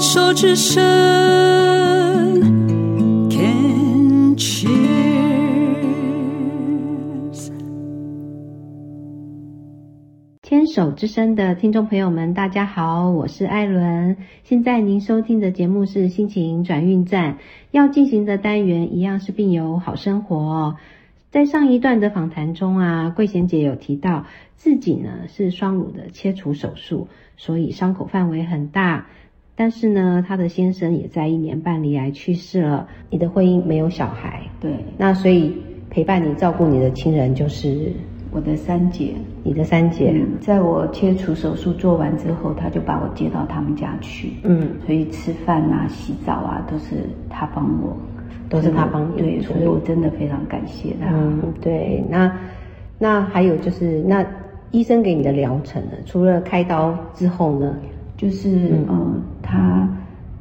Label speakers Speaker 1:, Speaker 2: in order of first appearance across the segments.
Speaker 1: 手之声，Can cheers。
Speaker 2: 牵手之声的听众朋友们，大家好，我是艾伦。现在您收听的节目是心情转运站，要进行的单元一样是病友好生活。在上一段的访谈中啊，桂贤姐有提到自己呢是双乳的切除手术，所以伤口范围很大。但是呢，她的先生也在一年半里癌去世了。你的婚姻没有小孩，
Speaker 1: 对，
Speaker 2: 那所以陪伴你、照顾你的亲人就是
Speaker 1: 我的三姐，
Speaker 2: 你的三姐。
Speaker 1: 嗯，在我切除手术做完之后，她就把我接到他们家去，
Speaker 2: 嗯，
Speaker 1: 所以吃饭啊、洗澡啊都是她帮我，
Speaker 2: 都是她帮你
Speaker 1: 对，
Speaker 2: 处
Speaker 1: 所
Speaker 2: 理
Speaker 1: 以我真的非常感谢她。
Speaker 2: 嗯，对，那那还有就是，那医生给你的疗程呢？除了开刀之后呢？
Speaker 1: 就是
Speaker 2: 嗯
Speaker 1: 呃，他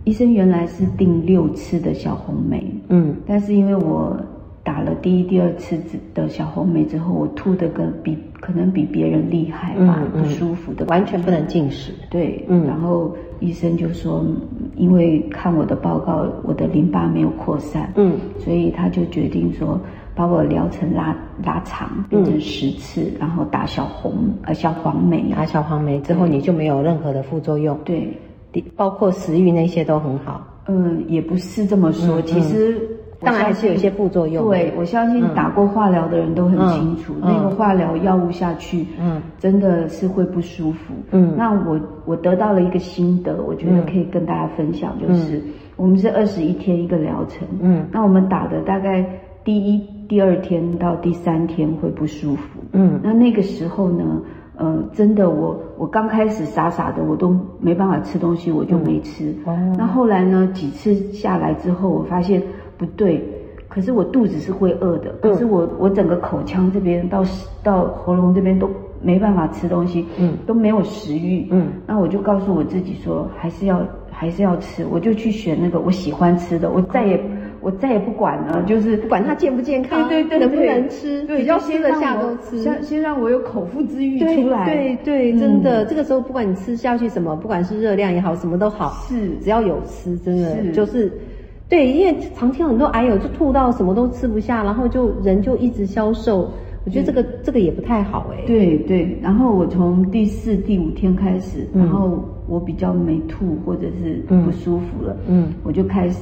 Speaker 1: 医生原来是定六次的小红梅，
Speaker 2: 嗯，
Speaker 1: 但是因为我打了第一、第二次的小红梅之后，我吐的跟比可能比别人厉害吧，
Speaker 2: 嗯嗯
Speaker 1: 不舒服的，
Speaker 2: 完全不能进食。
Speaker 1: 对，
Speaker 2: 嗯
Speaker 1: 然后医生就说，嗯因为看我的报告，我的淋巴没有扩散，
Speaker 2: 嗯，
Speaker 1: 所以他就决定说，把我疗程拉拉长，变
Speaker 2: 嗯
Speaker 1: 成十次，然后打小红呃小黄梅，
Speaker 2: 打小黄梅之后，你就没有任何的副作用，
Speaker 1: 对，
Speaker 2: 包括食欲那些都很好。
Speaker 1: 嗯，也不是这么说，其实我
Speaker 2: 嗯当然还
Speaker 1: 相
Speaker 2: 是有一
Speaker 1: 信
Speaker 2: 些副作用。
Speaker 1: 对，，我相信打过化疗的人都很清楚，
Speaker 2: 嗯
Speaker 1: 那个化疗药物下去，
Speaker 2: 嗯，
Speaker 1: 真的是会不舒服。
Speaker 2: 嗯
Speaker 1: 那我我得到了一个心得，我觉得可以跟大家分享，就是、我们是二十一天一个疗程，
Speaker 2: 嗯，
Speaker 1: 那我们打的大概第一、第二天到第三天会不舒服，
Speaker 2: 嗯
Speaker 1: 那那个时候呢，呃，真的我我刚开始傻傻的，我都没办法吃东西，我就没吃。
Speaker 2: 哦
Speaker 1: 那后来呢，几次下来之后，我发现不对，可是我肚子是会饿的，
Speaker 2: 嗯
Speaker 1: 可是我我整个口腔这边到到喉咙这边都没办法吃东西，
Speaker 2: 嗯，
Speaker 1: 都没有食欲，
Speaker 2: 嗯，
Speaker 1: 那我就告诉我自己说，还是要还是要吃，我就去选那个我喜欢吃的，我再也我再也不管了，就是
Speaker 2: 嗯不管它健不健康，
Speaker 1: 对对对，
Speaker 2: 能不
Speaker 1: 对
Speaker 2: 能吃，
Speaker 1: 对，
Speaker 2: 只要
Speaker 1: 就
Speaker 2: 吃
Speaker 1: 先
Speaker 2: 得
Speaker 1: 让
Speaker 2: 下
Speaker 1: 我
Speaker 2: 都吃。
Speaker 1: 先先让我有口腹之欲
Speaker 2: 对
Speaker 1: 出来，
Speaker 2: 对对，
Speaker 1: 嗯
Speaker 2: 真的，这个时候不管你吃下去什么，不管是热量也好，什么都好，
Speaker 1: 是
Speaker 2: 只要有吃，真的
Speaker 1: 是
Speaker 2: 就是，对，因为常听很多癌友就吐到什么都吃不下，然后就人就一直消瘦，我觉得这个、这个也不太好哎、
Speaker 1: 嗯对对。然后我从第四、第五天开始，然后我比较没吐或者是
Speaker 2: 嗯
Speaker 1: 不舒服了，
Speaker 2: 嗯，
Speaker 1: 我就开始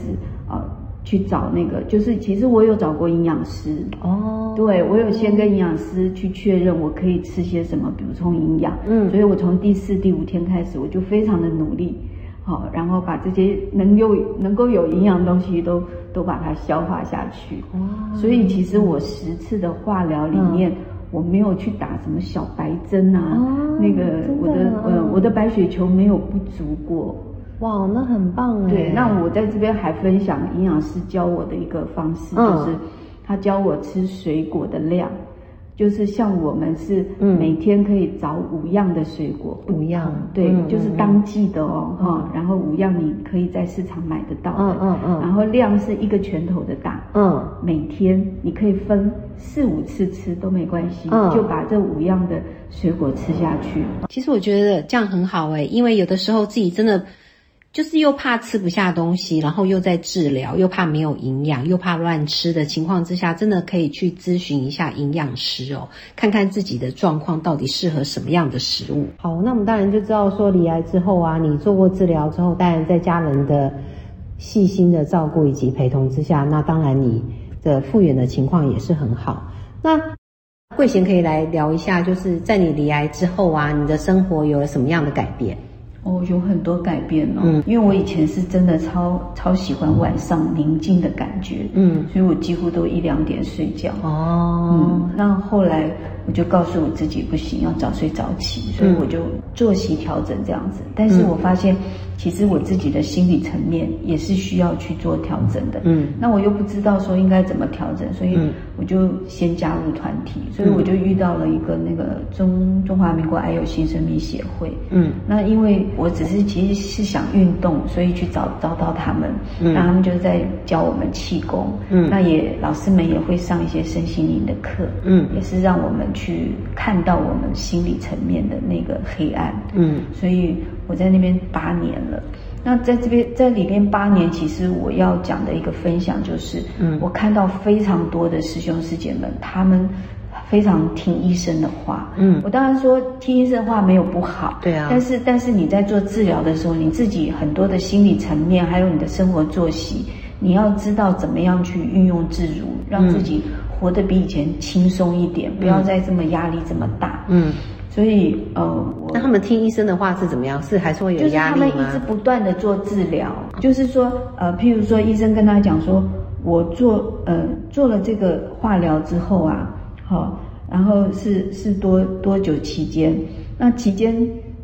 Speaker 1: 啊、呃去找那个，就是其实我有找过营养师，
Speaker 2: 哦，
Speaker 1: 对，我有先跟营养师去确认我可以吃些什么补充营养，
Speaker 2: 嗯
Speaker 1: 所以我从第四、第五天开始，我就非常的努力，好，然后把这些能有能够有营养的东西都都把它消化下去。
Speaker 2: 哇嗯
Speaker 1: 所以其实我十次的化疗里面，我没有去打什么小白针啊，
Speaker 2: 哦
Speaker 1: 那个我
Speaker 2: 真
Speaker 1: 的
Speaker 2: 的
Speaker 1: 呃
Speaker 2: 嗯
Speaker 1: 我的白血球没有不足过。
Speaker 2: 哇，那很棒哎、
Speaker 1: 对，那我在这边还分享营养师教我的一个方式，
Speaker 2: 嗯
Speaker 1: 就是他教我吃水果的量，就是像我们是
Speaker 2: 嗯
Speaker 1: 每天可以找五样的水果，不
Speaker 2: 五样
Speaker 1: 对，
Speaker 2: 嗯
Speaker 1: 就是
Speaker 2: 嗯
Speaker 1: 当季的哦，哈、然后五样你可以在市场买得到的，
Speaker 2: 嗯嗯嗯
Speaker 1: 然后量是一个拳头的大，
Speaker 2: 嗯
Speaker 1: 每天你可以分四五次吃都没关系，
Speaker 2: 嗯
Speaker 1: 就把这五样的水果吃下去，
Speaker 2: 其实我觉得这样很好诶，因为有的时候自己真的就是又怕吃不下东西，然后又在治疗，又怕没有营养，又怕乱吃的情况之下，真的可以去咨询一下营养师哦，看看自己的状况到底适合什么样的食物。好，那我们当然就知道说，离癌之后啊，你做过治疗之后，当然在家人的细心的照顾以及陪同之下，那当然你的复原的情况也是很好。那慧贤可以来聊一下，就是在你离癌之后啊，你的生活有了什么样的改变？
Speaker 1: 哦，有很多改变哦。
Speaker 2: 嗯
Speaker 1: 因为我以前是真的超超喜欢晚上宁静的感觉，
Speaker 2: 嗯，
Speaker 1: 所以我几乎都一两点睡觉。
Speaker 2: 哦，
Speaker 1: 嗯，那后来我就告诉我自己不行，要早睡早起，
Speaker 2: 嗯
Speaker 1: 所以我就作息调整这样子。但是我发现，其实我自己的心理层面也是需要去做调整的。
Speaker 2: 嗯，
Speaker 1: 那我又不知道说应该怎么调整，所以我就先加入团体，所
Speaker 2: 嗯
Speaker 1: 以我就遇到了一个那个中中华民国癌友新生命协会。
Speaker 2: 嗯，
Speaker 1: 那因为我只是其实是想运动，所以去找找到他们，那他们就在教我们气功，
Speaker 2: 嗯
Speaker 1: 那也老师们也会上一些身心灵的课，
Speaker 2: 嗯
Speaker 1: 也是让我们去看到我们心理层面的那个黑暗，
Speaker 2: 嗯
Speaker 1: 所以我在那边八年了。那那在这边在里边八年，其实我要讲的一个分享就是，
Speaker 2: 嗯
Speaker 1: 我看到非常多的师兄师姐们，他们非常听医生的话。
Speaker 2: 嗯
Speaker 1: 我当然说听医生的话没有不好，
Speaker 2: 对啊
Speaker 1: 但是但是你在做治疗的时候，你自己很多的心理层面，还有你的生活作息，你要知道怎么样去运用自如，让自己
Speaker 2: 嗯
Speaker 1: 活得比以前轻松一点，不要再这么压力这么大。
Speaker 2: 嗯，
Speaker 1: 所以呃，我
Speaker 2: 那他们听医生的话是怎么样？是还是会有
Speaker 1: 就是
Speaker 2: 压
Speaker 1: 他
Speaker 2: 力
Speaker 1: 们一直
Speaker 2: 吗？
Speaker 1: 不断的做治疗，就是说，呃，譬如说，医生跟他讲说，我做呃做了这个化疗之后啊，好、然后是是多多久期间？那期间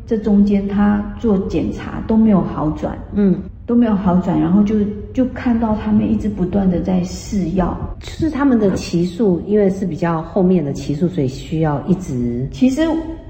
Speaker 1: 这中间他做检查都没有好转，
Speaker 2: 嗯，
Speaker 1: 都没有好转，然后就就看到他们一直不断的在试药，
Speaker 2: 就是他们的期数，因为是比较后面的期数，所以需要一直
Speaker 1: 其实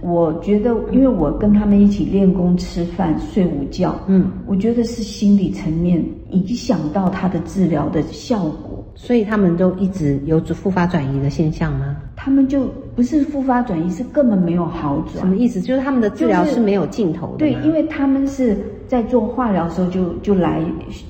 Speaker 1: 我觉得，因为我跟他们一起练功、吃饭、睡午觉，
Speaker 2: 嗯，
Speaker 1: 我觉得是心理层面影响到他的治疗的效果，
Speaker 2: 所以他们都一直有复发转移的现象吗？
Speaker 1: 他们就不是复发转移，是根本没有好
Speaker 2: 什
Speaker 1: 转。
Speaker 2: 么意思？就是他们的治疗是没有尽头的
Speaker 1: 对
Speaker 2: 吗、，
Speaker 1: 因为他们是在做化疗的时候就就来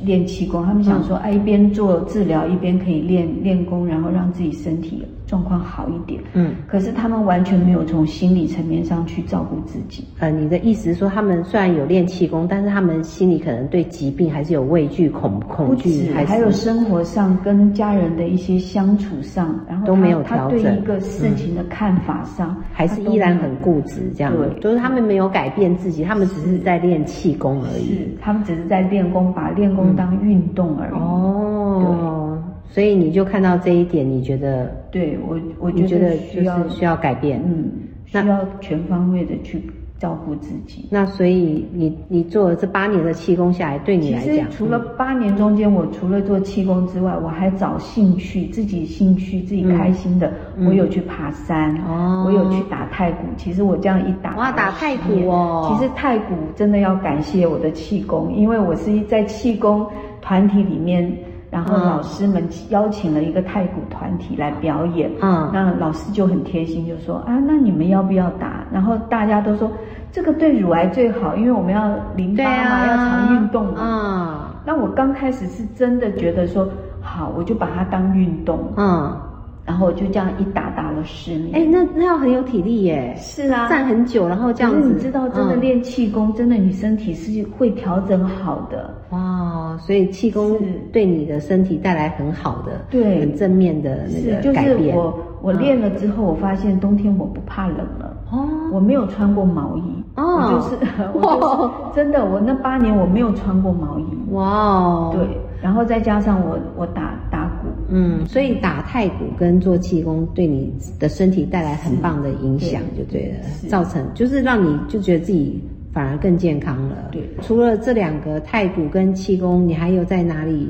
Speaker 1: 练气功，他们想
Speaker 2: 嗯
Speaker 1: 说，哎、一边做治疗一边可以练练功，然后让自己身体状况好一点。
Speaker 2: 嗯，
Speaker 1: 可是他们完全没有从心理层面上去照顾自己。
Speaker 2: 呃，你的意思是说，他们虽然有练气功，但是他们心里可能对疾病还是有畏惧、恐
Speaker 1: 不
Speaker 2: 恐惧，
Speaker 1: 止，
Speaker 2: 还是
Speaker 1: 还有生活上跟家人的一些相处上，然后
Speaker 2: 都
Speaker 1: 他
Speaker 2: 没有
Speaker 1: 他
Speaker 2: 调
Speaker 1: 对
Speaker 2: 整嗯
Speaker 1: 一个事情的看法上，
Speaker 2: 还是
Speaker 1: 他都
Speaker 2: 依然
Speaker 1: 没有
Speaker 2: 很固执，这样
Speaker 1: 对
Speaker 2: 就是他们没有改变自己，他们只是在练气功而已。
Speaker 1: 是，他们只是在练功，把练功当运动而已。
Speaker 2: 嗯哦，所以你就看到这一点，你觉得
Speaker 1: 对我，我
Speaker 2: 你
Speaker 1: 觉
Speaker 2: 觉
Speaker 1: 得
Speaker 2: 得
Speaker 1: 需
Speaker 2: 就
Speaker 1: 要，
Speaker 2: 是需要改变。
Speaker 1: 嗯，需
Speaker 2: 那
Speaker 1: 要全方位的去照顾自己。
Speaker 2: 那所以你你做了这八年的气功下来，对你
Speaker 1: 其
Speaker 2: 来
Speaker 1: 实
Speaker 2: 讲，
Speaker 1: 除了八年中间，我除了做气功之外，我还找兴趣，自己兴趣自己开心的，我有去爬山，
Speaker 2: 嗯哦
Speaker 1: 我有去打太鼓。其实我这样一打，
Speaker 2: 哇打太鼓哦
Speaker 1: 其实太鼓真的要感谢我的气功，因为我是在气功团体里面。然后
Speaker 2: 嗯
Speaker 1: 老师们邀请了一个太鼓团体来表演，
Speaker 2: 嗯
Speaker 1: 那老师就很贴心，就说啊，那你们要不要打？然后大家都说这个对乳癌最好，因为我们要淋
Speaker 2: 对
Speaker 1: 巴嘛，
Speaker 2: 啊，
Speaker 1: 要常运动嘛。
Speaker 2: 啊，
Speaker 1: 那我刚开始是真的觉得说，好，我就把它当运动，
Speaker 2: 嗯，
Speaker 1: 然后我就这样一打打了十
Speaker 2: 哎、
Speaker 1: 年。
Speaker 2: 那那要很有体力耶，
Speaker 1: 是啊，
Speaker 2: 站很久，然后这
Speaker 1: 可
Speaker 2: 样
Speaker 1: 是
Speaker 2: 子，
Speaker 1: 你知道，真的
Speaker 2: 嗯
Speaker 1: 练气功，真的你身体是会调整好的。
Speaker 2: 嗯哇，所以气功
Speaker 1: 是
Speaker 2: 对你的身体带来很好的，
Speaker 1: 对
Speaker 2: 很正面的嗯那
Speaker 1: 是，
Speaker 2: 个
Speaker 1: 就
Speaker 2: 改
Speaker 1: 是
Speaker 2: 变。嗯
Speaker 1: 我我练了之后，我发现冬天我不怕冷了。
Speaker 2: 哦，
Speaker 1: 我没有穿过毛衣，
Speaker 2: 哦
Speaker 1: 我就是 我就是真的，我那八年我没有穿过毛衣，
Speaker 2: 哇哦，
Speaker 1: 对，，然后再加上我我打打鼓，
Speaker 2: 嗯，所以打太鼓跟做气功对你的身体带来很棒的影响，就对
Speaker 1: 是
Speaker 2: 了，造成就是让你就觉得自己反而更健康了。
Speaker 1: 对
Speaker 2: 除了这两个太鼓跟气功，你还有在哪里？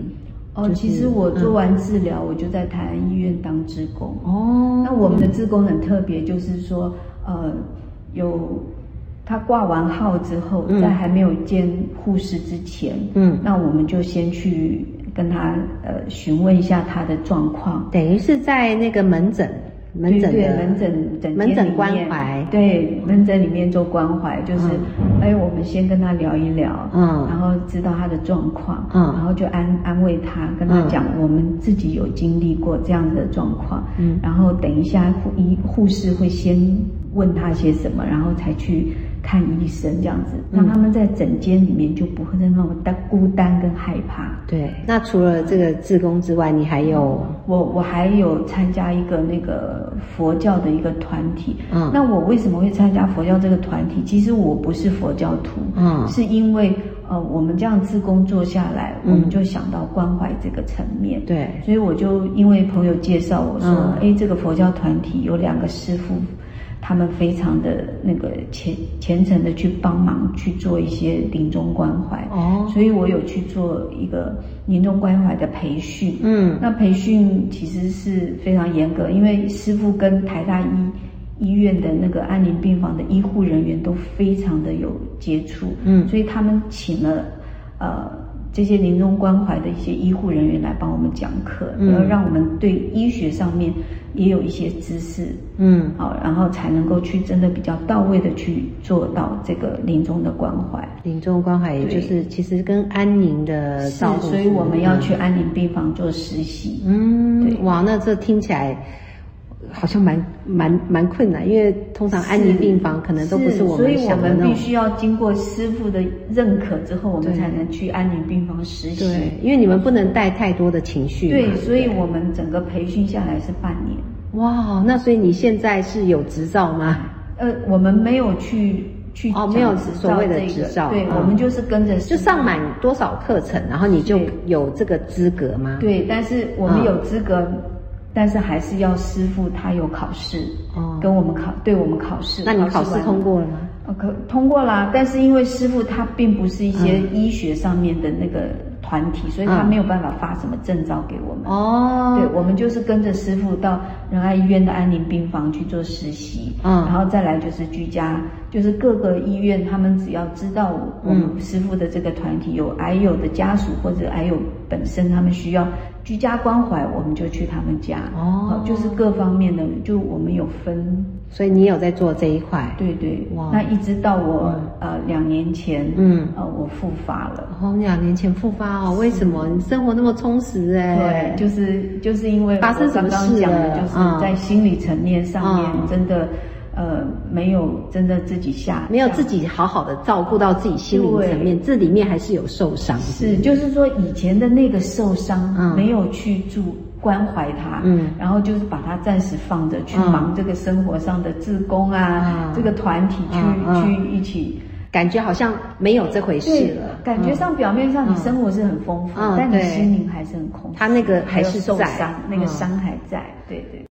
Speaker 1: 哦，其实我做完治疗，我就在台安医院当志工。
Speaker 2: 嗯哦
Speaker 1: 那我们的志工很特别，就是说，呃，有他挂完号之后，
Speaker 2: 嗯
Speaker 1: 在还没有见护士之前，
Speaker 2: 嗯
Speaker 1: 那我们就先去跟他呃询问一下他的状况，
Speaker 2: 等于是在那个门诊，门诊
Speaker 1: 对对
Speaker 2: 的
Speaker 1: 门诊诊
Speaker 2: 门
Speaker 1: 间里
Speaker 2: 诊
Speaker 1: 面
Speaker 2: 关怀，
Speaker 1: 对门诊里面做关怀，就是、
Speaker 2: 嗯
Speaker 1: 哎，我们先跟他聊一聊，
Speaker 2: 嗯
Speaker 1: 然后知道他的状况，
Speaker 2: 嗯
Speaker 1: 然后就安安慰他，跟他
Speaker 2: 嗯
Speaker 1: 讲我们自己有经历过这样子的状况，
Speaker 2: 嗯
Speaker 1: 然后等一下护医护士会先问他些什么，然后才去。看医生这样子，
Speaker 2: 嗯
Speaker 1: 让他们在诊间里面就不会那么单孤单跟害怕。
Speaker 2: 对，那除了这个自工之外，你还有
Speaker 1: 我我还有参加一个那个佛教的一个团体，
Speaker 2: 嗯
Speaker 1: 那我为什么会参加佛教这个团体？其实我不是佛教徒，
Speaker 2: 嗯
Speaker 1: 是因为呃，我们这样自工作下来，
Speaker 2: 嗯
Speaker 1: 我们就想到关怀这个层面，
Speaker 2: 对
Speaker 1: 所以我就因为朋友介绍我说，
Speaker 2: 嗯
Speaker 1: 哎、这个佛教团体有两个师傅，他们非常的那个虔虔诚的去帮忙去做一些临终关怀，
Speaker 2: 哦
Speaker 1: 所以我有去做一个临终关怀的培训，
Speaker 2: 嗯
Speaker 1: 那培训其实是非常严格，因为师傅跟台大医医院的那个安宁病房的医护人员都非常的有接触，
Speaker 2: 嗯
Speaker 1: 所以他们请了呃这些临终关怀的一些医护人员来帮我们讲课，
Speaker 2: 嗯
Speaker 1: 然后让我们对医学上面也有一些知识，
Speaker 2: 嗯
Speaker 1: 好，然后才能够去真的比较到位的去做到这个临终的关怀。
Speaker 2: 临终关怀，也就是其实跟安宁的
Speaker 1: 是
Speaker 2: 呃照，顾嗯
Speaker 1: 所以
Speaker 2: 是
Speaker 1: 我们
Speaker 2: 一
Speaker 1: 要
Speaker 2: 样
Speaker 1: 去安宁病房做实习。对
Speaker 2: 嗯，哇，那这听起来好像蛮蛮蛮困难，因为通常安宁病房可能都不
Speaker 1: 是
Speaker 2: 我
Speaker 1: 所以
Speaker 2: 们
Speaker 1: 我
Speaker 2: 想的
Speaker 1: 们
Speaker 2: 那
Speaker 1: 必
Speaker 2: 种。
Speaker 1: 须要经过师傅的认可之后，我们
Speaker 2: 对
Speaker 1: 才能去安宁病房实习。
Speaker 2: 对，因为你们不能带太多的情绪嘛。
Speaker 1: 对，所以我们整个培训下来是半年。
Speaker 2: 哇，那所以你现在是有执照吗？
Speaker 1: 呃，我们没有去去
Speaker 2: 哦
Speaker 1: 讲
Speaker 2: 没有
Speaker 1: 执
Speaker 2: 所谓的
Speaker 1: 这
Speaker 2: 执
Speaker 1: 个
Speaker 2: 照
Speaker 1: 对，
Speaker 2: 嗯
Speaker 1: 我们就是跟着
Speaker 2: 就
Speaker 1: 师
Speaker 2: 上满多少课程，然后你就有这个资格吗？
Speaker 1: 傅。对，但是我们
Speaker 2: 嗯
Speaker 1: 有资格，但是还是要师傅他有考试，
Speaker 2: 哦
Speaker 1: 跟我们考，对我们考试。
Speaker 2: 那你考试
Speaker 1: 完
Speaker 2: 通过了吗？
Speaker 1: 呃，可通过啦，但是因为师傅他并不是一些医学上面的那个团体，所以他
Speaker 2: 嗯
Speaker 1: 没有办法发什么证照给我们。
Speaker 2: 哦
Speaker 1: 对，我们就是跟着师傅到仁爱医院的安宁病房去做实习，
Speaker 2: 嗯
Speaker 1: 然后再来就是居家，就是各个医院他们只要知道我们
Speaker 2: 嗯
Speaker 1: 师傅的这个团体有癌友的家属或者癌友本身他们需要居家关怀，我们就去他们家，
Speaker 2: 哦
Speaker 1: 好就是各方面的，就我们有分，
Speaker 2: 所以你有在做这一块。
Speaker 1: 对对
Speaker 2: 哇，
Speaker 1: 那一直到我、呃两年前，
Speaker 2: 嗯，
Speaker 1: 呃我复发了。
Speaker 2: 哦，你两年前复发哦，为什么？你生活那么充实哎、
Speaker 1: 对，就是就是因为
Speaker 2: 发生
Speaker 1: 我
Speaker 2: 什么
Speaker 1: 刚
Speaker 2: 事
Speaker 1: 刚讲的，
Speaker 2: 了
Speaker 1: 就是在心理层面上
Speaker 2: 嗯
Speaker 1: 面，真的、呃没有真的自己下，
Speaker 2: 没有自己好好的照顾到自己心灵层面，这里面还是有受伤。
Speaker 1: 是就是说以前的那个受伤、
Speaker 2: 嗯
Speaker 1: 没有去注关怀它，
Speaker 2: 嗯
Speaker 1: 然后就是把它暂时放着，去
Speaker 2: 嗯
Speaker 1: 忙这个生活上的志工啊，
Speaker 2: 嗯
Speaker 1: 这个团体去、
Speaker 2: 嗯嗯
Speaker 1: 去一起。
Speaker 2: 感觉好像没有这回事了，
Speaker 1: 感觉上表面上你生活是很丰富，
Speaker 2: 嗯
Speaker 1: 但你
Speaker 2: 对
Speaker 1: 心灵还是很空虚，
Speaker 2: 它那个还是
Speaker 1: 有受
Speaker 2: 在
Speaker 1: 伤，那个
Speaker 2: 嗯
Speaker 1: 伤还在，对对。